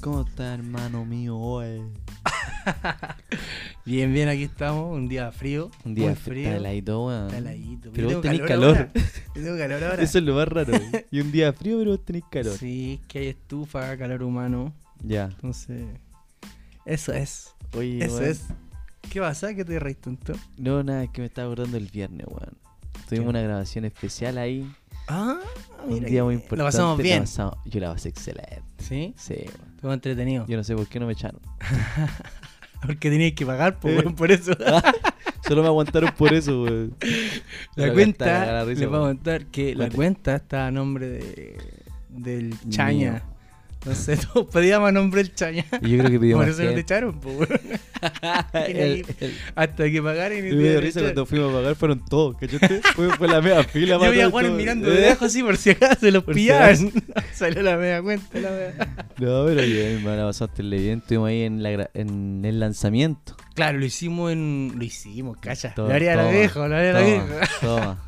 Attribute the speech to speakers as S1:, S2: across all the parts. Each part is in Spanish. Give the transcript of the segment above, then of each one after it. S1: ¿Cómo está, hermano mío? Oe?
S2: Bien, bien, aquí estamos. Un día frío.
S1: Un día
S2: muy
S1: fr- está heladito, weón.
S2: Está heladito.
S1: Pero
S2: Yo
S1: vos tenés
S2: ahora.
S1: calor.
S2: Yo tengo calor ahora.
S1: Eso es lo más raro. weón. y un día frío, pero vos tenés calor.
S2: Sí, que hay estufa, calor humano.
S1: Ya.
S2: Entonces, eso es.
S1: Oye,
S2: eso
S1: weón.
S2: es. ¿Qué pasa? ¿Qué te reís tonto?
S1: No, nada, es que me estaba acordando el viernes, weón.
S2: ¿Qué?
S1: Tuvimos una grabación especial ahí.
S2: Ah,
S1: Un
S2: mira
S1: día
S2: que-
S1: muy importante.
S2: Lo pasamos
S1: la
S2: bien.
S1: pasamos- Yo la pasé excelente.
S2: Sí,
S1: Sí, weón.
S2: estuvo entretenido.
S1: Yo no sé por qué no me echaron.
S2: Porque tenías que pagar po,
S1: Eh.
S2: weón, por eso.
S1: Solo me aguantaron por eso, weón.
S2: La
S1: Pero
S2: cuenta,
S1: está la risa,
S2: les voy a
S1: weón.
S2: contar que la
S1: Cuente.
S2: cuenta está a nombre de, del Chaña. Entonces todos pedíamos a nombre del Chaña.
S1: Y yo creo que pidió
S2: Por
S1: más
S2: eso no te
S1: gente.
S2: echaron, po, weón.
S1: El- el-
S2: Hasta que pagaran y
S1: Me
S2: te
S1: dio
S2: dieron
S1: risa
S2: echar.
S1: cuando fuimos a pagar, fueron todos, ¿cachaste? Fue, fue la media fila,
S2: Yo
S1: mano,
S2: vi a Juan
S1: todo.
S2: mirando de abajo así por si acaso se los
S1: Eh. Por si
S2: pillaban. Salió la media cuenta, la media.
S1: No, pero bien, hermano, la pasaste le bien. Estuvimos ahí en, la gra- en el lanzamiento.
S2: Claro, lo hicimos en. Lo hicimos, calla.
S1: Toma,
S2: lo haría la
S1: toma,
S2: viejo, lo haría la
S1: Toma,
S2: viejo.
S1: toma.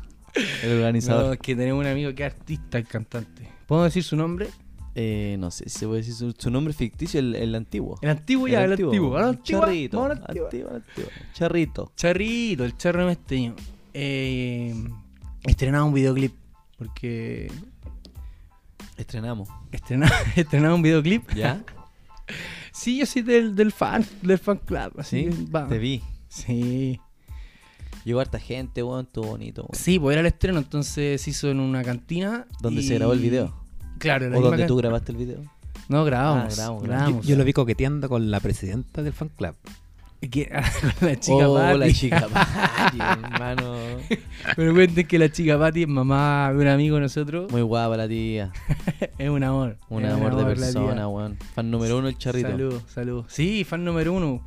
S1: El
S2: No,
S1: organizador.
S2: es que tenemos un amigo que es artista y cantante. ¿Podemos decir su nombre?
S1: Eh, no sé si se puede decir su, su nombre ficticio, el, el antiguo.
S2: El antiguo ya, el, antiguo. Ahora antiguo.
S1: Charrito.
S2: Vamos a la antigua.
S1: antiguo, antiguo. Charrito.
S2: Charrito, el charro mesteño. Eh, estrenaba un videoclip. Porque
S1: Estrenamos.
S2: estrenaba, estrenaba un videoclip.
S1: ¿Ya?
S2: Sí, yo soy del, del fan, del fan club.
S1: ¿Sí?
S2: Así que va.
S1: Te vi.
S2: Sí.
S1: Llegó harta gente, weón, estuvo bonito. weón.
S2: Sí, pues era el estreno, entonces se hizo en una cantina.
S1: ¿Dónde
S2: y-
S1: se grabó el video?
S2: Claro, la
S1: ¿O
S2: misma
S1: donde
S2: can-
S1: tú grabaste el video?
S2: No, grabamos.
S1: Ah, grabamos,
S2: grabamos.
S1: grabamos.
S3: Yo lo vi coqueteando con la presidenta del fan club.
S2: Que- ah, con la chica
S1: oh,
S2: Patti.
S1: la chica Patti, hermano.
S2: Pero cuenten que la chica Patti es mamá de un amigo de nosotros.
S1: Muy guapa la tía.
S2: Es un amor.
S1: Un
S2: es
S1: amor de
S2: la tía.
S1: persona, weón. Fan número uno el charrito.
S2: Saludos, saludos. Sí, fan número uno.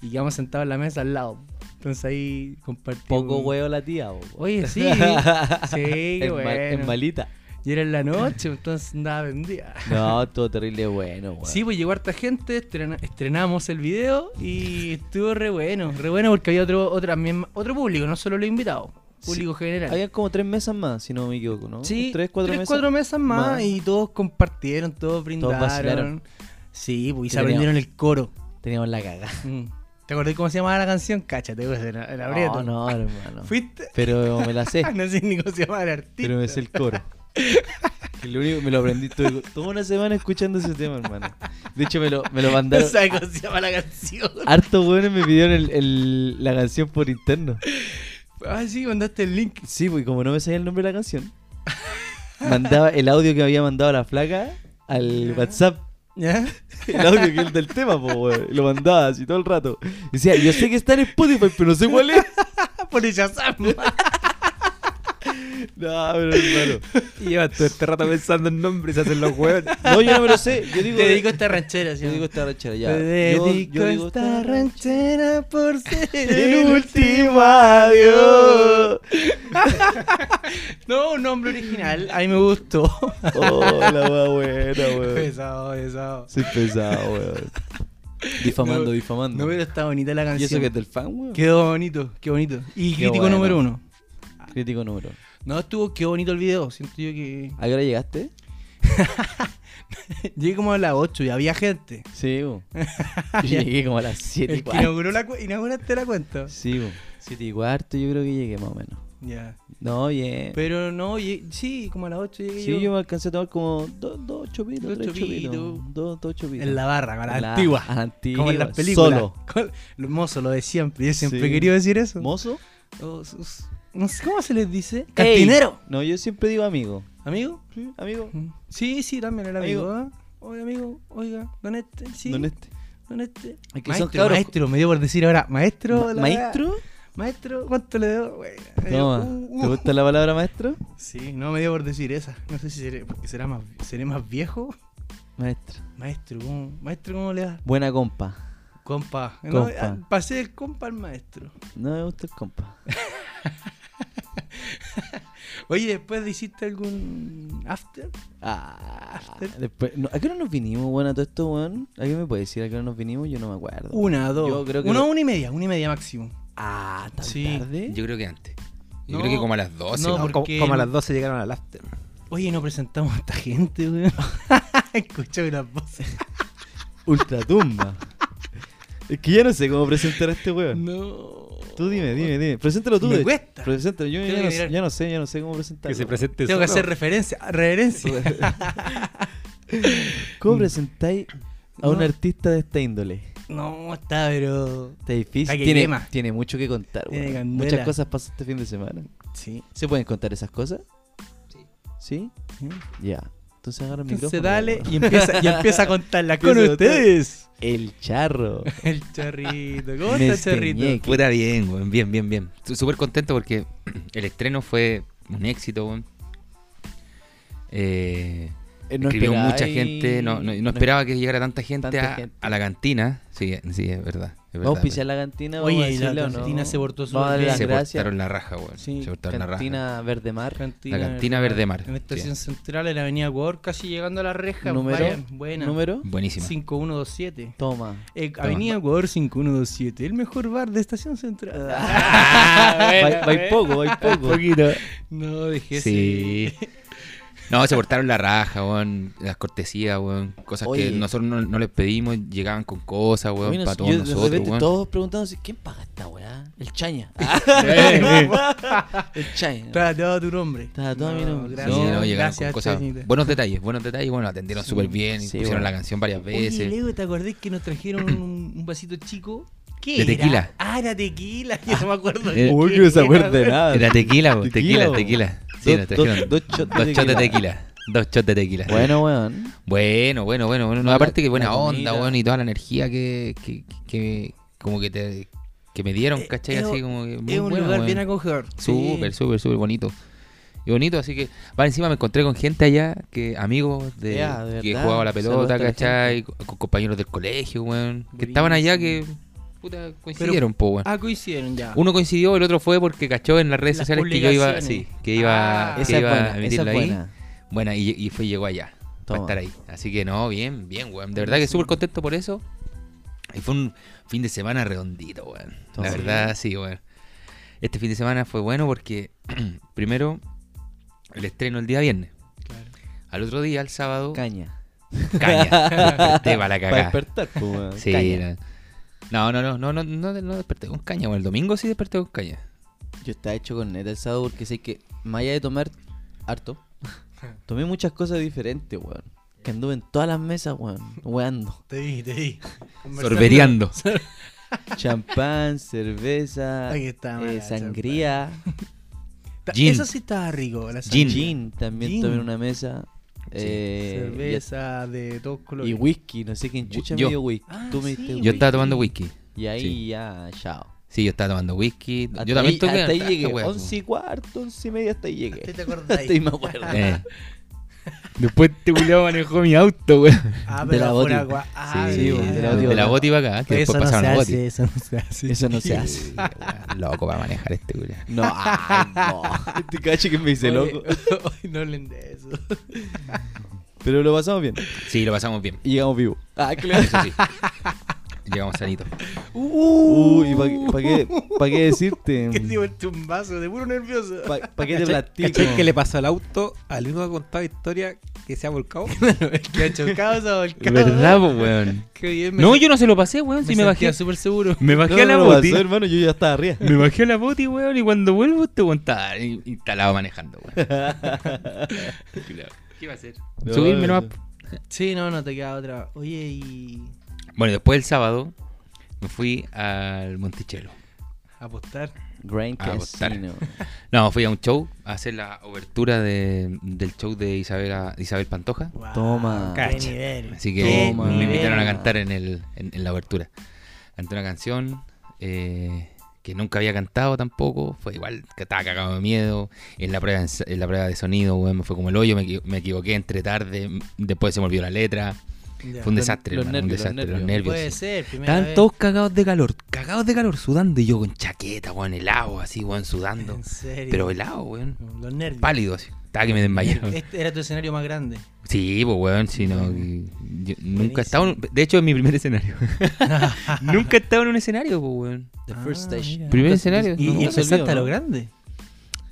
S2: Y quedamos sentados en la mesa al lado. Entonces ahí compartimos.
S1: Poco huevo la tía, bo.
S2: Oye, sí. sí,
S1: Es ma- es
S2: bueno.
S1: malita.
S2: y era en la noche, entonces andaba vendida.
S1: No, todo terrible bueno, weón.
S2: Sí, pues llegó harta gente, estrena- estrenamos el video y estuvo re bueno, re bueno porque había otro, otra, miemb- otro público, no solo los invitados, público general.
S1: Habían como tres mesas más, si no me equivoco, ¿no?
S2: sí,
S1: Tres, cuatro mesas.
S2: mesas más,
S1: más.
S2: y todos compartieron, todos brindaron.
S1: vacilaron.
S2: sí, pues y
S1: Y
S2: se aprendieron el coro.
S1: Teníamos la cagada.
S2: Mm. ¿Te acordás cómo se llamaba la canción? Cáchate, pues, güey, el
S1: No, no, hermano.
S2: ¿Fuiste? Ah,
S1: Pero me la sé.
S2: no sé ni cómo se llamaba el artista.
S1: pero me sé el coro. Que lo único que me lo aprendí. Estuve toda una semana escuchando ese tema, hermano. De hecho, me lo, me lo
S2: No
S1: mandaron.
S2: sabes cómo se llama la canción.
S1: Hartos weones me pidieron el- el- la canción por interno.
S2: Ah, sí, mandaste el link.
S1: Sí, porque como no me sabía el nombre de la canción, mandaba el audio que había mandado la flaca al WhatsApp.
S2: ¿Ya?
S1: El audio que es del tema, po, weón. Lo mandaba así todo el rato. Decía, yo sé que está en Spotify, pero no sé cuál es.
S2: Ah, Por el Shazam.
S1: No, pero hermano.
S3: Y lleva todo este rato pensando en nombres y se hacen los huevos.
S1: No, yo no me lo sé. Yo digo,
S2: Te dedico esta ranchera, ¿sí?
S1: yo digo esta ranchera, ya.
S2: Te
S1: Yo- yo
S2: dedico
S1: digo
S2: esta ranchera por ser
S1: El último adiós.
S2: No, un nombre original. A mí me gustó.
S1: Oh, la más buena, weón.
S2: pesado, pesado.
S1: Soy pesado, weón. Difamando,
S2: No,
S1: difamando.
S2: No, pero está bonita la
S1: ¿Y
S2: canción.
S1: eso que es del fan, weón?
S2: Quedó bonito, qué bonito. Y
S1: Qué
S2: crítico
S1: bueno.
S2: número uno.
S1: Crítico número.
S2: No, estuvo, qué bonito el video. Siento yo que.
S1: ¿A qué hora llegaste?
S2: Llegué como a las 8 y había gente.
S1: Sí, bo. Yo llegué como a las 7 y
S2: El que
S1: cuarto.
S2: inauguró la cu- inauguraste la cuenta.
S1: Sí, bo. 7 y cuarto yo creo que llegué más o menos.
S2: Ya.
S1: No, bien.
S2: Pero no, lle- sí, como a las 8 llegué
S1: Sí, yo
S2: yo.
S1: me alcancé a tomar como dos dos chupitos,
S2: Dos
S1: tres
S2: chupitos.
S1: chupitos. Dos, dos chupitos.
S2: En la barra, con la,
S1: La-
S2: antigua.
S1: a la antigua,
S2: Como en las películas.
S1: solo.
S2: Con- lo mozo, lo de siempre. Yo siempre
S1: Sí.
S2: he querido decir eso.
S1: ¿Mozo?
S2: O sus- no sé cómo se les dice. Cantinero. Mm,
S1: Ey. No, yo siempre digo amigo.
S2: ¿Amigo?
S1: Sí, amigo.
S2: Sí, sí, también era amigo.
S1: Amigo.
S2: ¿ah? Oye, amigo, oiga, don este, sí.
S1: Don este.
S2: Don este.
S1: Es que
S2: maestro,
S1: son cabros-
S2: maestro, me dio por decir ahora, maestro.
S1: Ma-
S2: la
S1: ¿Maestro?
S2: verdad. Maestro, ¿cuánto le debo? Güey, me dio-
S1: Toma.
S2: uh,
S1: ¿Te
S2: uh.
S1: gusta la palabra maestro?
S2: Sí, no me dio por decir esa. No sé si seré, porque será más, seré más viejo.
S1: Maestro.
S2: Maestro, ¿cómo, maestro, ¿cómo le das?
S1: Buena compa.
S2: Compa. No,
S1: Compa.
S2: ah, pasé del compa al maestro.
S1: No me gusta el compa.
S2: Oye, después hiciste algún after.
S1: Ah,
S2: After.
S1: después, no, ¿A qué hora nos vinimos, weón, a todo esto, weón? ¿Alguien me puede decir a qué hora nos vinimos? Yo no me acuerdo.
S2: Una, dos.
S1: Yo creo que
S2: una,
S1: no-
S2: una y media, una y media máximo.
S1: Ah, tan
S2: Sí.
S1: tarde.
S3: creo que antes.
S2: Yo creo que como
S3: a las 12.
S2: no,
S3: como,
S2: porque-
S3: como a las 12 llegaron al after.
S2: Oye, no presentamos a esta gente, weón. Escucho las voces.
S1: Ultratumba. es que ya no sé cómo presentar a este weón.
S2: No.
S1: Tú dime, dime, dime. Preséntalo tú.
S2: Me
S1: de hecho.
S2: cuesta.
S1: Preséntalo. Yo
S2: Tengo
S1: ya
S2: que
S1: no, sé-
S2: mirar.
S1: ya no sé, ya no sé cómo presentarlo.
S3: Que se presente
S2: Tengo que
S3: solo.
S2: hacer referencia. Reverencia.
S1: ¿Cómo presentáis a un
S2: No.
S1: artista de esta índole?
S2: no, está, pero.
S1: Está difícil.
S2: Está que
S1: Tiene,
S2: quema.
S1: tiene mucho que contar,
S2: Tiene
S1: weón.
S2: candela.
S1: Muchas cosas pasan este fin de semana.
S2: Sí.
S1: ¿Se pueden contar esas cosas? Sí.
S2: Sí.
S1: ¿Sí? Ya. Entonces agarra el micrófono.
S2: Entonces dale
S1: weón.
S2: y empieza, y empieza a contarla con
S1: Empieza a contar.
S2: ustedes.
S1: El charro.
S2: El chorrito. ¿Cómo
S1: Me
S2: está el chorrito?
S1: estreñé.
S4: Puta bien, weón. Bien, bien, bien. Estoy súper contento porque el estreno fue un éxito, weón. Eh,
S1: Eh, no
S4: escribió
S1: esperaba
S4: mucha
S1: y-
S4: gente. No, no- no
S1: no-
S4: esperaba que llegara tanta gente,
S1: Tanta
S4: a,
S1: gente.
S4: a la cantina. Sí, sí, es verdad. es
S1: Vamos
S4: verdad.
S1: a pisar la cantina.
S2: Oye,
S1: vamos a
S2: y la
S1: decirle o no.
S2: cantina se portó súper
S1: Vamos a darle
S2: bien.
S1: las
S4: Se
S1: gracias.
S4: portaron la raja, weón.
S2: Sí,
S4: Se portaron la raja.
S1: Cantina Verde Mar.
S2: Cantina
S4: La cantina Verde Mar,
S2: En la estación central de la avenida Ecuador, casi llegando a la reja.
S1: Número.
S2: Vayan, buena.
S1: Número.
S4: Buenísima.
S2: 5127.
S1: Toma.
S2: Eh, avenida Ecuador 5127, el mejor bar de estación central.
S4: Ah,
S1: Va
S2: eh.
S1: va y poco, va y poco.
S2: No, dejé
S4: Sí. No, se portaron la raja, weón. Las cortesías, weón. Cosas
S1: Oye.
S4: que nosotros no, no les pedimos. Llegaban con cosas, weón.
S1: Oye, no
S4: para
S1: sé,
S4: todos
S1: yo de
S4: nosotros,
S1: repente
S4: weón.
S1: todos preguntándose, ¿quién paga esta weá? El chaña. Ah, el chaña.
S2: Estaba todo tu nombre.
S1: Estaba todo mi nombre.
S4: Sí,
S2: Gracias.
S1: No,
S4: no, llegaron
S2: gracias,
S4: con cosas.
S2: Toñita.
S4: Buenos detalles, buenos detalles. Bueno, atendieron
S1: Sí,
S4: súper bien.
S1: sí,
S4: pusieron
S1: bueno.
S4: la canción varias
S2: Oye,
S4: veces.
S2: Leo, ¿te acordás que nos trajeron un, un vasito chico? ¿Qué
S4: De
S2: era?
S4: tequila.
S2: Ah, era tequila. Yo no me acuerdo.
S4: eh,
S2: qué
S1: Uy, que no se
S2: era,
S1: acuerda de
S2: güey.
S1: nada.
S4: Era tequila, weón,
S1: Tequila,
S4: tequila,
S1: weón.
S4: tequila. Sí, nos
S1: Dos-
S4: trajeron
S1: dos- dos
S4: dos,
S1: shots de
S4: shots de
S1: tequila.
S4: tequila. Dos shots de tequila.
S1: Bueno, weón.
S4: Bueno, bueno, bueno, bueno. No,
S1: La-
S4: aparte que buena
S1: la
S4: onda,
S1: comida.
S4: bueno, y toda la energía que, que, que- como que te que me dieron,
S2: Eh,
S4: ¿cachai?
S2: es un-
S4: Así como que muy
S2: Es un
S4: bueno,
S2: lugar
S4: weón.
S2: bien acogedor.
S4: Súper, súper, súper bonito. Y bonito, así que. Va, encima me encontré con gente allá, que amigos de,
S1: Ya, de
S4: que
S1: verdad.
S4: jugaba
S1: Saludos
S4: la
S1: a
S4: pelota,
S1: toda la
S4: ¿cachai? Con con compañeros del colegio, weón. Que estaban allá que. Puta, coincidieron, po, weón.
S2: Ah, coincidieron ya.
S4: Uno coincidió, el otro fue porque cachó en las redes
S2: Las
S4: sociales que yo iba, sí,
S2: publicaciones.
S4: que iba,
S2: Ah.
S4: que
S1: Esa es
S4: iba
S1: buena,
S4: a
S1: esa es
S4: emitirla ahí.
S1: buena.
S4: Buena, y, y fue llegó allá. Para
S1: Toma.
S4: estar ahí. Así que no, bien, bien, weón. De verdad que súper contento por eso. Y fue un fin de semana redondito, weón.
S1: Toma.
S4: La verdad, sí, weón. Este fin de semana fue bueno porque, primero, el estreno el día viernes.
S2: Claro.
S4: Al otro día, el sábado,
S1: Caña.
S4: caña. Te va la
S1: Para
S4: cagada.
S1: despertar, pues, weón.
S4: Sí,
S1: Caña.
S4: no, no, no, no, no, no, no desperté con caña, weón. El domingo sí desperté con caña.
S1: Yo estaba hecho con neta el sábado porque sé que, más allá de tomar harto, tomé muchas cosas diferentes, weón. Que anduve en todas las mesas, weón. Weando.
S2: Te vi, te vi.
S4: Sorbereando.
S1: Champán, cerveza,
S2: Ahí está,
S1: eh,
S2: mala,
S1: sangría,
S2: Ta-
S4: Gin.
S2: Eso sí estaba rico. La
S4: Gin.
S1: gin también
S2: Gin.
S1: tomé en una mesa. eh, y-
S2: cerveza de todos colores.
S1: Y whisky, no sé quién chucha
S4: Yo.
S1: me dio whisky.
S2: Ah,
S1: Tú me
S2: sí,
S1: diste
S4: Yo estaba tomando whisky.
S1: Y ahí
S4: sí.
S1: ya, chao.
S4: Sí, yo estaba tomando whisky.
S1: Hasta
S4: yo también
S1: ahí,
S4: toqué
S1: hasta ahí
S4: harta
S1: llegué.
S4: wea, po.
S1: 11 y cuarto, 11 y media, hasta ahí llegué.
S2: ¿Te, te acordás?
S1: Hasta ahí me acuerdo.
S4: Eh. Después este culiao manejó mi auto, weón.
S2: Ah,
S1: de
S2: pero
S1: la
S2: fue
S1: boti.
S2: una gua- Ah,
S4: Sí,
S1: sí,
S2: verdad.
S1: de
S4: de
S1: la
S4: la,
S1: boti va acá.
S4: boti va acá, que
S2: Eso
S4: después
S2: no se
S4: pasaron a boti.
S2: hace, eso no se hace.
S1: Eso no se hace.
S4: Sí, weón, Loco para manejar este culiao.
S1: No, ay, no. Este caché que me hice
S2: Oye,
S1: loco.
S2: oye, no hablen de eso.
S1: Pero lo pasamos bien.
S4: Sí, lo pasamos bien.
S1: Y llegamos vivos. Ah, claro.
S4: Eso sí. Llegamos sanitos. Uh.
S1: Uy, ¿para qué, Mm. pa' qué decirte?
S2: Que te metí un vaso de puro nervioso.
S1: ¿Para qué te platico?
S3: ¿Cachai que le pasó al auto al único que ha contado historia que se ha volcado?
S2: Que ha chocado, se ha volcado.
S4: po, weón?
S2: Qué bien.
S4: No, yo no se lo pasé, weón. Si me bajé.
S2: súper seguro.
S4: Me
S1: No,
S4: bajé a la
S1: no, no,
S4: boti.
S1: pasó, hermano, yo ya estaba arriba.
S4: Me bajé a la boti, weón. Y cuando vuelvo, este weón estaba in- instalado manejando, weón. Culiao. ¿Qué iba a hacer?
S1: No,
S4: Subirme nomás.
S1: no.
S2: Sí, no, no te queda otra. Oye, y.
S4: Bueno, después del sábado, me fui al Monticello.
S2: Apostar.
S1: Grand
S4: A votar.
S1: Casino.
S4: No, fui a un show a hacer la obertura de- del show de Isabela, Isabel Pantoja.
S2: Wow,
S1: Toma.
S2: Qué
S4: Cacha.
S2: nivel.
S4: Así que
S1: Toma.
S4: me invitaron a
S1: Mira.
S4: cantar en, el, en, en la obertura. Canté una canción eh, que nunca había cantado tampoco. Fue igual que estaba cagado de miedo. En la prueba, en, en la prueba de sonido, weón, me fue como el hoyo. Me, equi- me equivoqué entre tarde. m- Después se me olvidó la letra.
S2: Ya.
S4: Fue un
S1: Los-
S4: desastre,
S1: los
S4: hermano, un
S1: nervios, los
S4: desastre. Los
S1: nervios.
S4: nervios.
S2: Puede
S4: sí.
S2: ser, primera
S4: Estaban
S2: vez.
S4: todos cagados de calor, cagados de calor, sudando. Y yo con chaqueta, weón, helado, así, weón, sudando.
S2: En serio.
S4: Pero helado, weón.
S2: Los nervios.
S4: Pálido, así. Estaba que me desmayaba.
S2: Este era tu escenario más grande.
S4: Sí, pues weón, si no.
S2: Bueno.
S4: yo nunca he estado. en un- De hecho, es mi primer escenario. nunca he estado en un escenario, pues weón.
S1: The first
S2: Ah,
S1: stage.
S2: mira.
S4: Primer escenario.
S2: Y,
S1: No,
S2: y
S1: no se
S2: empezaste
S1: olvida,
S2: a
S1: ¿no?
S2: lo grande.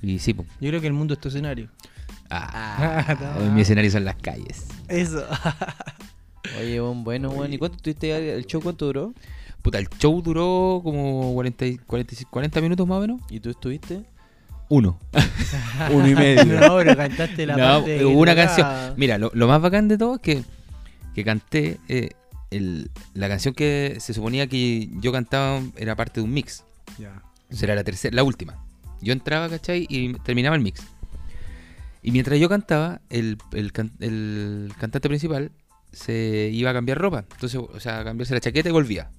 S4: Y sí, pues.
S2: Yo creo que el mundo es tu escenario.
S4: Ah, mi escenario son las calles.
S2: Eso.
S1: Oye, weón, bueno, weón. ¿Y cuánto tuviste ahí? el show? ¿Cuánto duró?
S4: Puta, el show duró como 40, y- 45 40 minutos más o menos.
S1: ¿Y tú estuviste?
S4: Uno.
S1: Uno y medio.
S2: No, pero cantaste la
S4: No,
S2: parte que
S4: hubo una
S2: tocaba.
S4: canción. Mira, lo, lo más bacán de todo es que, que canté eh, el- la canción que se suponía que yo cantaba era parte de un mix.
S3: Ya.
S4: Será la tercera, la última. Yo entraba, ¿cachai? Y terminaba el mix. Y mientras yo cantaba, el, el can- el cantante principal se iba a cambiar ropa. Entonces, o sea, cambiarse la chaqueta y volvía.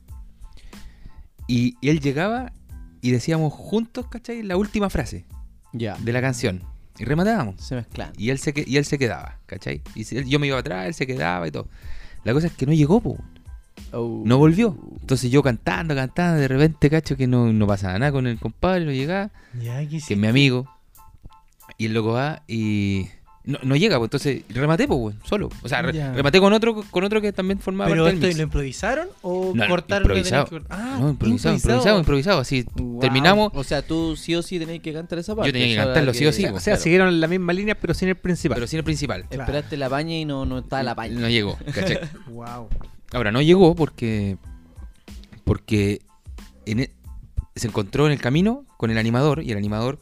S4: Y, y él llegaba y decíamos juntos, ¿cachai? La última frase
S1: Ya.
S4: de la canción. Y rematábamos.
S1: Se mezclan.
S4: Y él se, que- y él se quedaba, ¿cachai? Y si él- yo me iba atrás, él se quedaba y todo. La cosa es que no llegó, po,
S1: Oh.
S4: no volvió. Entonces yo cantando, cantando, de repente cacho que no, no pasaba nada con el compadre, no llegaba,
S2: Ya, ¿qué
S4: que
S2: hiciste?
S4: es mi amigo. Y el loco va y no, no llega, pues entonces rematé, pues, weón, solo. O sea, re-
S2: Ya.
S4: rematé con otro con otro que también formaba
S2: ¿Pero
S4: parte
S2: esto
S4: del
S2: lo
S4: mix.
S2: improvisaron o
S4: No, no,
S2: cortaron lo que
S4: improvisado.
S2: tenías que cortar? Ah,
S4: No, improvisado, improvisado, improvisado, así
S2: Wow.
S4: terminamos.
S1: Ah, O sea, tú sí o sí tenías que cantar esa parte.
S4: tenía que
S1: solo
S4: cantarlo sí o sí,
S3: O
S4: po.
S3: sea,
S4: Claro.
S3: siguieron la misma línea, pero sin el principal.
S4: Pero sin el principal.
S3: Claro.
S1: Esperaste la paña y no, no estaba la paña.
S4: No llegó, ¿cachai?
S2: Wow.
S4: Ahora, no llegó porque. Porque en e- se encontró en el camino con el animador y el animador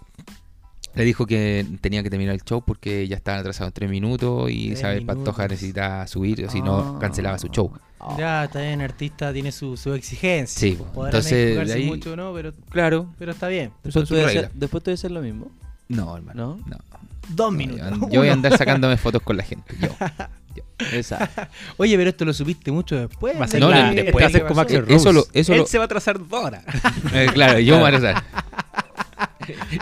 S4: le dijo que tenía que terminar el show porque ya estaban atrasados en tres minutos y
S2: Tres
S4: Isabel Pantoja
S2: minutos.
S4: necesitaba subir, o si no,
S1: Ah.
S4: cancelaba su show.
S1: Oh.
S2: Ya, está bien, artista tiene su, su exigencia.
S4: Sí, po.
S2: Podrán
S4: entonces, de
S2: equivocarse
S4: ahí-
S2: mucho, ¿no? Pero,
S4: Claro.
S2: pero está bien.
S4: son
S1: Después
S4: sus
S1: tú debes
S4: reglas.
S1: hacer- después tú debes hacer lo mismo.
S4: No, hermano. No.
S2: Dos
S4: No,
S2: minutos.
S4: yo- yo voy a andar sacándome fotos con la gente. Yo.
S1: Exacto.
S2: Oye, pero esto lo supiste mucho después.
S3: Va a
S2: de
S3: ser
S4: No,
S2: que-
S4: la-
S3: no,
S4: después-
S3: después hacer como
S2: pasó.
S3: Axel
S4: Eh, eso
S3: Rose.
S4: lo- eso
S3: Él
S4: lo-
S3: se va a atrasar dos horas.
S4: Eh, claro, yo voy a rezar.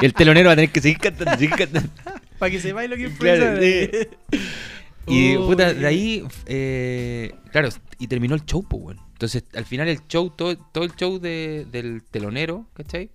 S4: Y el telonero va a tener que seguir cantando, seguir cantando.
S2: Para que sepáis lo que
S4: Claro, eh.
S2: improvisaron.
S4: Y
S2: Uy.
S4: puta, de ahí, eh, claro, y terminó el show, pues, weón. Entonces, al final el show, todo, todo el show de- del telonero, ¿cachai?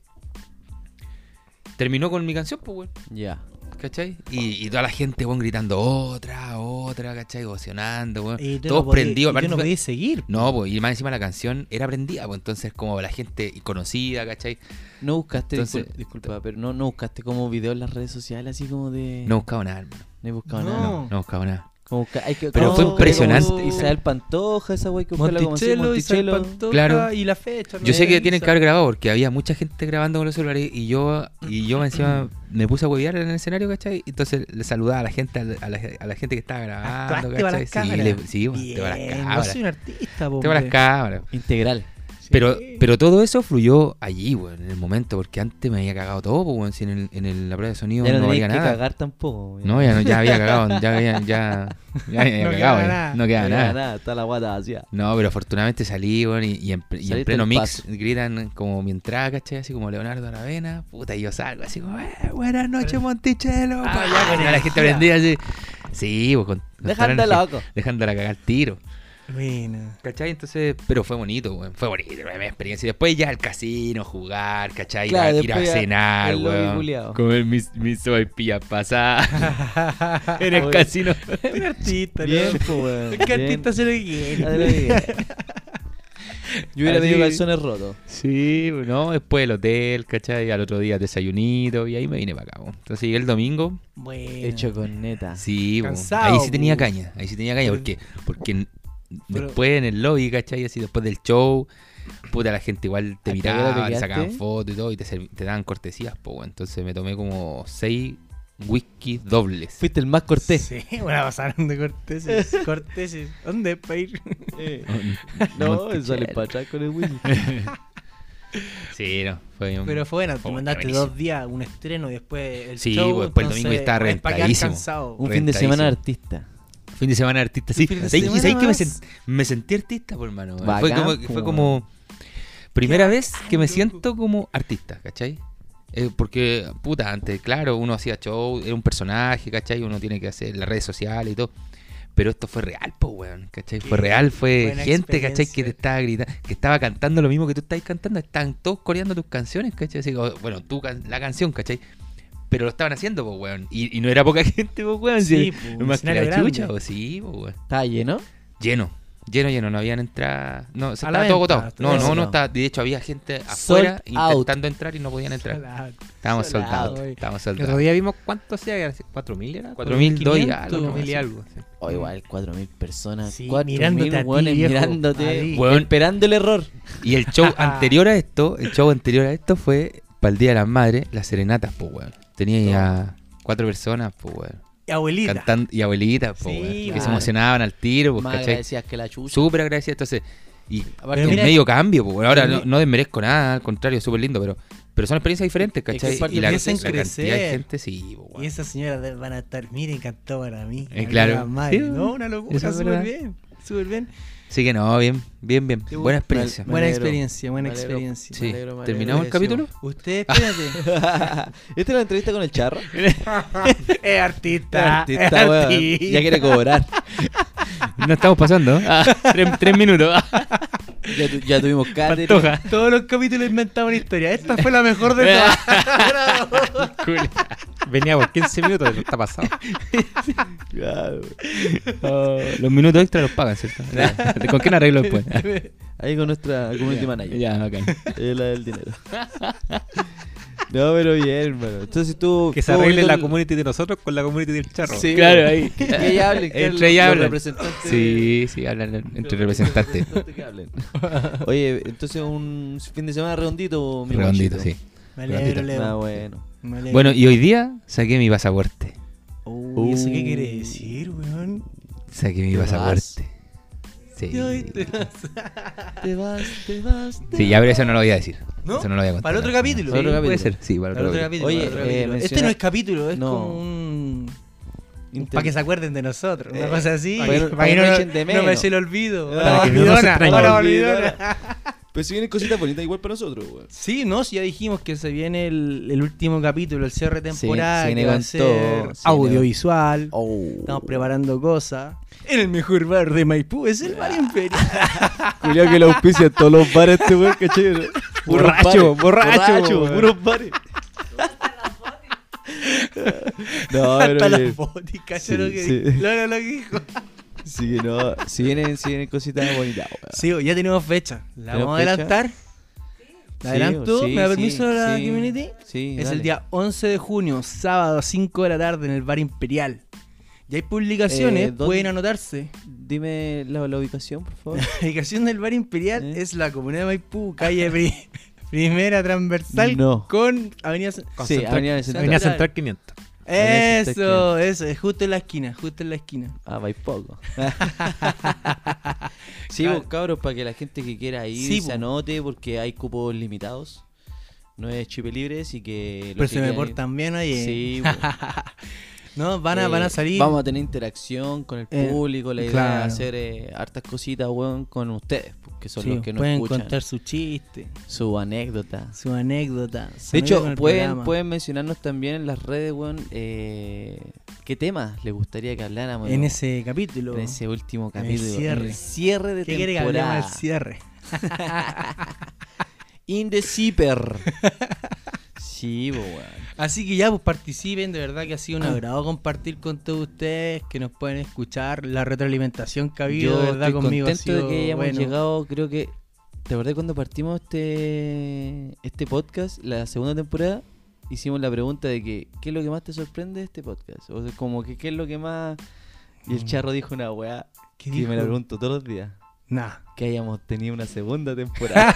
S4: Terminó con mi canción, pues, weón,
S1: Ya.
S4: ¿cachai? Y, y toda la gente, weón, gritando otra, otra, ¿cachai? Gocionando, weón.
S2: Y tú
S4: Todos
S2: no podías-
S4: prendidos.
S2: y tú
S4: aparte
S2: no
S4: fue-
S2: podías seguir.
S4: No, pues, y más encima la canción era prendida, pues, entonces como la gente conocida, ¿cachai?
S1: No buscaste,
S4: Entonces-
S1: discul- disculpa, pero no, no buscaste como videos en las redes sociales así como de...
S4: No buscaba nada, hermano.
S1: No he buscado
S2: No.
S1: nada.
S4: No buscaba nada.
S1: Como busca- hay que-
S4: Pero
S1: como
S4: fue
S1: buscarle como
S4: impresionante.
S1: Isabel Pantoja, esa wey que buscarla como así,
S2: Monticello, Isabel
S1: Monticello.
S2: Pantoja
S4: Claro.
S2: ah, y la fecha. ¿no?
S4: Yo sé que tienen
S2: Isa.
S4: que haber grabado porque había mucha gente grabando con los celulares y yo y yo encima me puse a huevear en el escenario, ¿cachai? Entonces le saludaba a la gente, a la, a la- a la gente que estaba
S2: Ah,
S4: grabando,
S2: Actuaste para
S4: Ah, ¿cachai?
S2: las
S4: Sí,
S2: cámaras.
S4: le- sí, te va a las
S2: Bien, vos
S4: cámaras.
S2: soy un artista,
S4: Te va a las cámaras.
S1: Integral.
S4: Pero, pero todo eso fluyó allí, weón, en el momento, porque antes me había cagado todo, pues, weón, si en, el- en el- la prueba de sonido
S1: ya no,
S4: no
S1: tenías
S4: valía
S1: que
S4: nada.
S1: cagar tampoco.
S4: No, ya, no- ya había cagado, ya había, ya, ya había
S2: No
S4: cagado,
S2: quedaba
S4: eh.
S2: nada.
S4: no queda
S1: No
S4: nada.
S1: queda nada, está la guata vacía.
S4: No, pero afortunadamente salí, weón, y, y en, pre- y en
S1: Saliste
S4: pleno
S1: al
S4: mix
S1: paso.
S4: gritan como mi entrada, ¿cachai? Así como Leonardo Aravena, puta, y yo salgo así como, "Eh, buenas noches, Monticello.
S1: Ah,
S4: pa,
S2: ya, con
S4: y toda la gente
S2: energía.
S4: prendida así. Sí, pues, con, con
S1: Dejando
S4: toda la energía,
S1: loco.
S4: dejándola cagar el tiro.
S2: Bueno.
S4: ¿Cachai? Entonces, pero fue bonito, weón, fue bonito, weón, mi experiencia. Y Después ya al casino, jugar, ¿cachai? Ir a-
S1: Claro,
S4: ir a,
S1: después ya
S4: cenar,
S1: el lobby
S4: weón.
S1: culiao.
S4: Comer mis, mis sopaipillas pasadas en el
S1: Oye.
S4: casino.
S2: un artista,
S1: Bien,
S2: ¿no?
S1: po, weón.
S2: Que
S1: bien.
S2: artista se lo que
S1: Dale,
S2: quiere.
S1: bien. Yo hubiera
S4: Así-
S1: pedido calzones rotos.
S4: Sí, no, después el hotel, ¿cachai? Al otro día desayunito y ahí me vine para acá. po. Entonces llegué el domingo.
S2: Bueno.
S1: Hecho con neta.
S4: Sí, po.
S2: Cansado,
S4: ahí sí tenía
S2: po.
S4: caña, ahí sí tenía caña,
S2: Pero-
S4: porque, porque n-
S2: pero-
S4: después en el lobby, ¿cachai? Así después del show, puta, la gente igual te
S1: ¿A qué hora te
S4: miraba, te
S1: quedaste?
S4: sacaban fotos y todo y te, serv- te daban cortesías, po. weón. Entonces me tomé como seis whisky dobles.
S1: Fuiste el más cortés.
S2: Sí, bueno, pasaron de corteses. Corteses. ¿Dónde para ir?
S1: No, sale para atrás con el Willy.
S4: Sí, no, fue un-
S2: Pero fue bueno, te
S4: fue
S2: mandaste
S4: Oh, buenísimo.
S2: dos días, un estreno y después el
S4: Sí,
S2: show.
S4: pues, después el domingo
S2: entonces,
S4: estaba
S2: es pa' quedar
S4: reventadísimo.
S2: cansado.
S1: Un fin de
S4: Rentadísimo.
S1: semana de artista.
S4: Fin de semana artista, sí.
S2: Fin de
S4: ¿Sabes
S2: semana
S4: sabes que me,
S2: más.
S4: sen- me sentí artista, por hermano? weón.
S1: Bacán,
S4: fue como,
S1: po,
S4: fue como primera vez que me
S2: loco.
S4: siento como artista, ¿cachai? Eh, porque, puta, antes, claro, uno hacía show, era un personaje, ¿cachai? Uno tiene que hacer las redes sociales y todo. Pero esto fue real, po, weón, ¿cachai? Fue
S2: Qué
S4: real, fue
S2: buena
S4: gente, ¿cachai? Que te
S2: experiencia.
S4: estaba gritando, que estaba cantando lo mismo que tú estás cantando, estaban todos coreando tus canciones, ¿cachai? Así como, bueno, tú can- la canción, ¿cachai? Pero lo estaban haciendo, po, weón. Y, y no era poca gente, po, weón.
S2: Sí,
S4: si-
S2: po, un
S4: más que la
S2: escenario grande.
S4: chucha, po, sí, po, weón.
S1: ¿Estaba lleno?
S4: Lleno, Lleno, lleno, no habían entrada. No, se
S2: A la
S4: estaba todo
S2: venta,
S4: agotado. No,
S1: eso.
S4: no, no estaba. De hecho, había gente afuera
S1: Sold out.
S4: intentando entrar y no podían entrar. Estábamos
S2: Sold
S4: soldados.
S2: out.
S4: Estábamos
S3: El otro
S4: soldados.
S3: día vimos cuánto hacía, era así, 4.000 era.
S4: 4.000 doy algo.
S3: 4.000 y
S4: así.
S3: algo. sí.
S1: O Oh, igual, 4.000 personas.
S2: Sí,
S1: 4.000
S2: mirándote a ti,
S1: hueones
S2: viejo,
S1: mirándote,
S2: ahí.
S1: hueón, esperando el error.
S4: Y el show anterior a esto, el show anterior a esto fue para el Día de las Madres, las serenatas, pues, weón. Tenía ya cuatro personas, pues, weón.
S2: Y abuelita.
S4: Cantando y abuelitas, pues,
S2: Sí,
S4: weón. Que se
S1: claro.
S4: emocionaban al tiro, pues,
S1: Más
S4: ¿cachai?
S1: agradecidas que la chucha.
S4: Súper agradecido. Entonces, y
S1: Aparte,
S4: el
S2: Pero mira-
S4: medio cambio, pues, ahora no,
S2: mira-
S4: no desmerezco nada, al contrario, súper lindo, pero, pero son experiencias diferentes,
S1: que
S4: ¿cachai?
S1: aparte
S4: y la, la
S2: empiezan a
S4: cantidad de
S2: crecer.
S4: gente, sí, pues,
S2: Y
S4: weón.
S2: esas señoras de- van a estar, miren, cantó para mí.
S4: Eh,
S2: Ay,
S4: claro.
S2: la madre.
S4: Sí,
S2: no, una locura,
S4: eso es
S2: súper
S4: verdad.
S2: bien. Súper bien.
S4: Así que no, bien, bien, bien.
S1: Qué
S4: Buena
S1: bueno.
S4: experiencia.
S1: Me
S2: buena
S1: alegro,
S2: experiencia, buena
S1: me alegro.
S2: experiencia.
S4: Sí.
S1: alegro, me
S4: ¿Terminamos el
S1: alegro.
S4: capítulo?
S2: Usted, espérate.
S1: ¿Esta es la entrevista con el charro?
S2: es artista.
S1: Artista,
S2: es
S1: weón.
S2: artista.
S1: Ya quiere cobrar.
S4: No estamos pasando. ¿eh?
S3: Ah,
S4: tres, tres minutos.
S1: Ya, tu- ya tuvimos cátedra.
S4: Pantoja.
S2: Todos los capítulos inventaban una historia. Esta fue la mejor de todas.
S3: Venía por 15 minutos, eso está pasado.
S1: Claro.
S4: los minutos extra los pagan, ¿cierto? ¿Con quién arreglo después?
S1: Ahí con nuestra community manager.
S4: ya, ok.
S1: Es la del dinero. No, pero bien, hermano. Entonces tú.
S3: Que se
S1: tú
S3: arregle
S1: bonito
S3: la
S1: el-
S3: community de nosotros con la community del charro.
S1: Sí,
S4: Claro, ahí.
S1: Que, que ella hable. que
S4: Entre
S1: los-
S4: ella
S1: los
S4: hablan.
S1: representantes-
S4: Sí, sí, hablan entre representantes.
S1: representantes que hablen. Oye, entonces un fin de semana redondito, mi
S4: Redondito,
S1: guachito.
S4: sí.
S2: Me alegro,
S4: Redondito.
S2: Leo.
S1: Ah, bueno.
S2: Me alegro.
S4: Bueno, y hoy día saqué mi pasaporte.
S1: Uh,
S2: Uy, ¿eso qué quiere decir, weón?
S4: Saqué mi
S1: ¿Te vas?
S4: pasaporte. Sí.
S2: Ay, te vas.
S1: Te vas, te vas. te
S4: Sí, ya, pero eso no lo voy a decir.
S2: ¿No?
S4: Eso no lo voy a contar.
S2: ¿Para otro
S4: No,
S2: capítulo?
S4: sí,
S1: Para otro
S4: Puede
S1: capítulo.
S4: ser, sí, para
S2: Para
S4: otro
S2: otro capítulo.
S4: capítulo.
S1: Oye,
S2: para otro
S1: eh,
S2: capítulo.
S1: menciona-
S2: Este no es capítulo, es
S1: No.
S2: como un.
S1: Inter-
S2: Para que se acuerden de nosotros, una
S1: Eh,
S2: cosa así.
S1: pa' que-
S2: Para,
S1: pa'
S2: que
S1: que
S2: no,
S1: no echen de
S2: no
S1: menos.
S2: me se lo olvido.
S1: Ah,
S2: Hola,
S3: para que no nos
S2: Olvidona,
S3: extrañen.
S2: hola,
S1: Hola,
S2: Olvidona.
S1: Pero si vienen cositas bonitas igual para nosotros, weón.
S2: Sí, no, si ya dijimos que se viene el, el último capítulo, el cierre de
S1: Sí,
S2: temporada.
S1: se viene
S2: que va a
S1: con
S2: ser
S1: todo, se
S2: audiovisual.
S1: Oh.
S2: Estamos preparando cosas. En el mejor bar de Maipú es el bar
S1: Ah.
S2: imperial.
S1: Cuidado que la auspicia todos los bares este weón, cachai. Puros
S3: Borracho,
S1: bares,
S3: borracho, weón.
S1: puros bares. No,
S2: Hasta
S1: pero
S2: la
S1: bien.
S2: boti,
S1: Sí,
S2: cacho lo que
S1: sí.
S2: lo- lo que dijo.
S1: Sí, que no. Si vienen, si vienen cositas bonitas, weón.
S2: Sí, ya tenemos fecha. ¿La
S1: ¿Tenemos
S2: vamos a
S1: fecha?
S2: adelantar?
S1: Sí,
S2: ¿La
S1: sí,
S2: adelanto? ¿Me da
S1: sí,
S2: permiso la
S1: sí.
S2: community?
S1: Sí,
S2: es
S1: dale.
S2: el día 11 de junio, sábado, 5 de la tarde, en el bar Imperial. Ya hay publicaciones,
S1: Eh, ¿dónde?
S2: pueden anotarse.
S1: Dime la, la ubicación, por favor.
S2: La ubicación del bar Imperial
S1: ¿Eh?
S2: es la comunidad de Maipú, calle pri- primera transversal
S1: No.
S2: con avenida. Cen-
S1: Sí,
S3: Concentrar-
S1: Avenida del Central.
S3: Venía a centrar 500.
S1: Avenida
S2: Eso, eso, es justo en la esquina, justo en la esquina.
S1: Ah, vais poco. sí,
S2: Claro.
S1: vos, cabros, para que la gente que quiera ir
S2: Sí,
S1: se
S2: po.
S1: anote, porque hay cupos limitados. No es chipe libre, así que. los
S2: Pero
S1: que
S2: se me
S1: quieran ir-
S2: portan bien oye.
S1: Sí, po.
S2: No, van a,
S1: Eh,
S2: van a salir.
S1: Vamos a tener interacción con el
S2: Eh,
S1: público. La idea
S2: claro.
S1: es hacer eh, hartas cositas, weón, con ustedes, pues, que son
S2: Sí,
S1: los que nos
S2: pueden
S1: escuchan.
S2: contar su chiste,
S1: Su anécdota.
S2: su anécdota. su
S1: De
S2: anécdota con
S1: hecho,
S2: el
S1: pueden,
S2: programa.
S1: pueden mencionarnos también en las redes, weón, eh, qué temas les gustaría que habláramos
S2: en
S1: ¿no?
S2: ese capítulo.
S1: en ese último
S2: en el
S1: capítulo.
S2: cierre.
S1: cierre de
S2: ¿Qué quiere que hablemos
S1: temporada.
S2: del cierre?
S1: In the zipper. sí, bo, weón.
S2: Así que ya, pues participen, de verdad que ha sido un agrado compartir con todos ustedes, que nos pueden escuchar, la retroalimentación que ha habido,
S1: Yo
S2: de verdad,
S1: estoy
S2: conmigo. ha
S1: contento de
S2: sido
S1: que hayamos
S2: bueno.
S1: llegado, creo que... ¿Te acordás cuando partimos este, este podcast, la segunda temporada? Hicimos la pregunta de que, ¿qué es lo que más te sorprende de este podcast? O sea, como que, ¿qué es lo que más...? Y el charro dijo una weá
S2: Mm. ¿Qué
S1: que
S2: dijo?
S1: me la pregunto todos los días.
S2: Nah.
S1: que hayamos tenido una segunda temporada.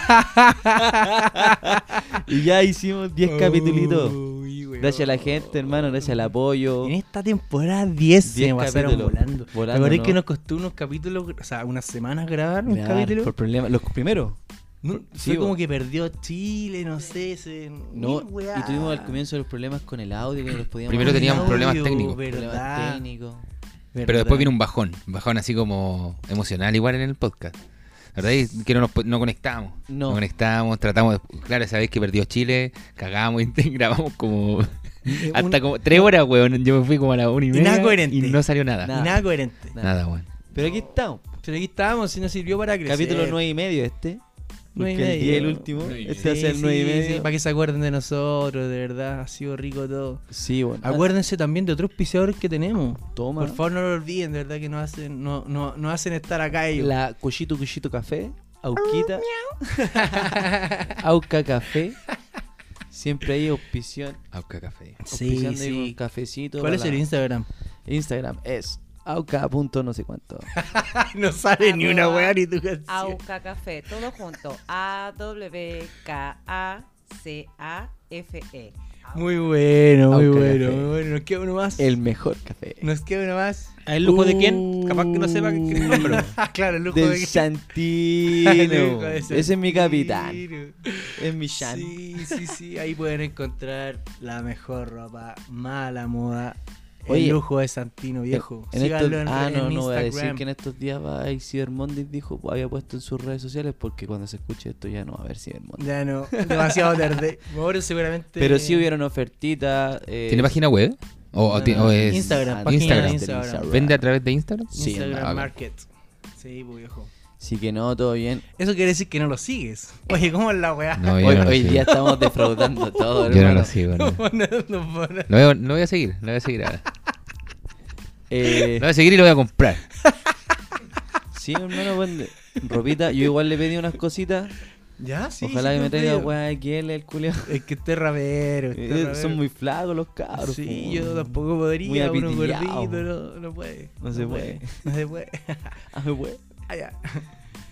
S1: y ya hicimos 10 capítulos.
S2: Uy, Oh, weón.
S1: Gracias a la gente, hermano, gracias al apoyo.
S2: En esta temporada 10 se
S1: Diez
S2: me pasaron
S1: capítulos.
S2: volando.
S1: Volando,
S2: ¿Te acordás
S1: ¿no?
S2: que nos costó unos capítulos, o sea, unas semanas grabar un
S1: Claro,
S2: capítulo?
S1: Por problemas. Los primeros.
S2: No,
S1: por- sí,
S2: fue como
S1: vos.
S2: que perdió Chile, no sé, se...
S1: No,
S2: mil weá.
S1: y tuvimos al comienzo los problemas con el audio que no los podíamos.
S4: Primero teníamos
S1: Audio,
S4: problemas
S2: Obvio,
S4: técnicos.
S1: problemas
S2: verdad,
S1: técnicos.
S4: Pero después
S2: verdad.
S4: viene un bajón, un bajón así como emocional igual en el podcast. La verdad es que no, nos, po- no conectamos.
S1: No.
S4: No. conectamos, tratamos de... Claro, esa vez que perdió Chile, cagamos y grabamos como...
S2: Eh,
S4: Hasta como tres horas, weón. Yo me fui como a la una y
S2: Y
S4: media.
S2: nada coherente.
S4: Y no salió nada.
S1: Nada.
S4: Nada,
S2: Y nada coherente.
S1: Nada.
S4: weón.
S1: Pero aquí estamos.
S2: Pero aquí estábamos y nos sirvió para crecer.
S1: Capítulo 9 y medio este. Porque
S2: Nueve y
S1: el 10 es el
S2: medio.
S1: último.
S4: Nueve y
S1: Este va a ser el 9 y medio.
S2: para que se acuerden de nosotros, de verdad, ha sido rico todo.
S1: Sí, bueno. Ah,
S2: Acuérdense también de otros piseadores que tenemos.
S1: Toma.
S2: Por favor, no lo olviden, de verdad que nos hacen, no, no, nos hacen estar acá ellos.
S1: La Cuchito Cuchito Café, Auquita, Auca Café. Siempre hay auspición.
S4: Auca Café.
S1: auspiciando ahí con cafecito.
S2: ¿Cuál
S1: para
S2: es el
S1: la-
S2: Instagram?
S1: Instagram? Es auca. punto no sé cuánto.
S2: no sale
S5: ni una weá
S2: ni tu canción.
S5: AUCA Café, todo junto. A-W-K-A-C-A-F-E.
S2: Muy bueno, muy
S1: Auca
S2: bueno,
S1: Café.
S2: muy bueno. Nos queda uno más.
S1: El mejor café.
S2: Nos queda uno más.
S3: ¿A el lujo de quién? Capaz que no sepa quién es, pero
S2: Ah, claro, el lujo
S1: Del
S2: de El
S1: Santino.
S2: lujo de
S1: Ese es mi capitán.
S2: Santino.
S1: Es mi Shan.
S2: Sí, sí, sí. Ahí pueden encontrar la mejor ropa, mala moda.
S1: Oye,
S2: el lujo de Santino viejo.
S1: En estos-
S2: Síganlo en,
S1: ah,
S2: en
S1: no, no voy a decir
S2: Instagram.
S1: que en estos días va y Cyber Monday dijo, había puesto en sus redes sociales porque cuando se escuche esto ya no va a haber Cyber Monday.
S2: Ya no, demasiado tarde. Ahora seguramente.
S1: Pero sí hubieron ofertitas. eh,
S4: ¿Tiene página web? ¿O, o
S2: No,
S4: ti-
S2: no,
S4: o es
S2: Instagram,
S1: ah,
S2: página
S4: Instagram.
S2: de Instagram.
S4: ¿Vende a través de Instagram?
S1: Sí,
S2: Instagram
S4: ah, ok.
S2: Market. Sí, pues, viejo.
S1: Así que no, todo bien.
S2: Eso quiere decir que no lo sigues. Oye, ¿cómo es la weá?
S4: No,
S1: Hoy,
S4: yo no lo
S1: hoy
S4: sigo.
S1: día estamos defraudando todo,
S4: Yo no
S1: hermano.
S4: lo sigo, no.
S2: No, no, no.
S4: Lo voy, a- lo voy a seguir, lo voy a seguir ahora.
S1: Eh,
S4: Lo voy a seguir y lo voy a comprar.
S1: sí, hermano, buen- ropita. Yo igual le pedí unas cositas.
S2: Ya, sí.
S1: Ojalá
S2: sí,
S1: que me
S2: te
S1: traiga
S2: digo.
S1: weá XL el culeo.
S2: Es que este rapero. este
S1: Eh,
S2: rapero.
S1: son muy flacos los cabros.
S2: Sí,
S1: po,
S2: yo
S1: weón.
S2: tampoco
S1: Muy
S2: podría. Uno
S1: apitillado.
S2: gordito, no, no puede.
S1: No se puede.
S2: No se puede.
S1: Ah, weón.
S2: Ah, ya.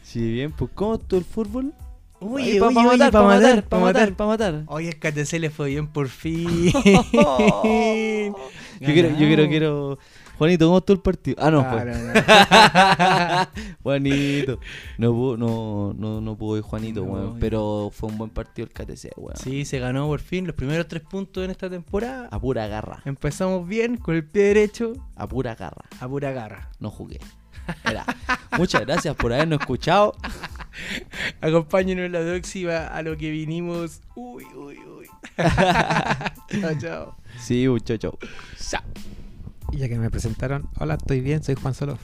S1: Sí, bien, pues ¿cómo estuvo el fútbol?
S2: Oye,
S1: Ahí, pa-
S2: oye,
S1: pa'
S2: oye,
S1: matar,
S2: pa'
S1: pa'
S2: matar, pa'
S1: pa' matar,
S2: matar.
S1: pa' matar.
S2: Oye, el KTC le fue bien por fin.
S1: yo quiero, yo quiero, quiero. Juanito, ¿cómo estuvo el partido? Ah, no,
S2: Ah,
S1: pues.
S2: no, no.
S1: Juanito. No pudo, no, no, no pudo ir Juanito,
S2: No,
S1: weón.
S2: yo-
S1: Pero fue un buen partido el KTC, weón.
S2: Sí, se ganó por fin los primeros tres puntos en esta temporada.
S1: A pura garra,
S2: Empezamos bien con el pie derecho
S1: a pura garra.
S2: a pura garra.
S1: No jugué. Era. Muchas gracias por habernos escuchado.
S2: Acompáñenos en la próxima a lo que vinimos. Uy, uy, uy. chao, chao.
S1: Sí, un chau, chau.
S3: ya que me presentaron, hola, estoy bien, soy Juan Solo.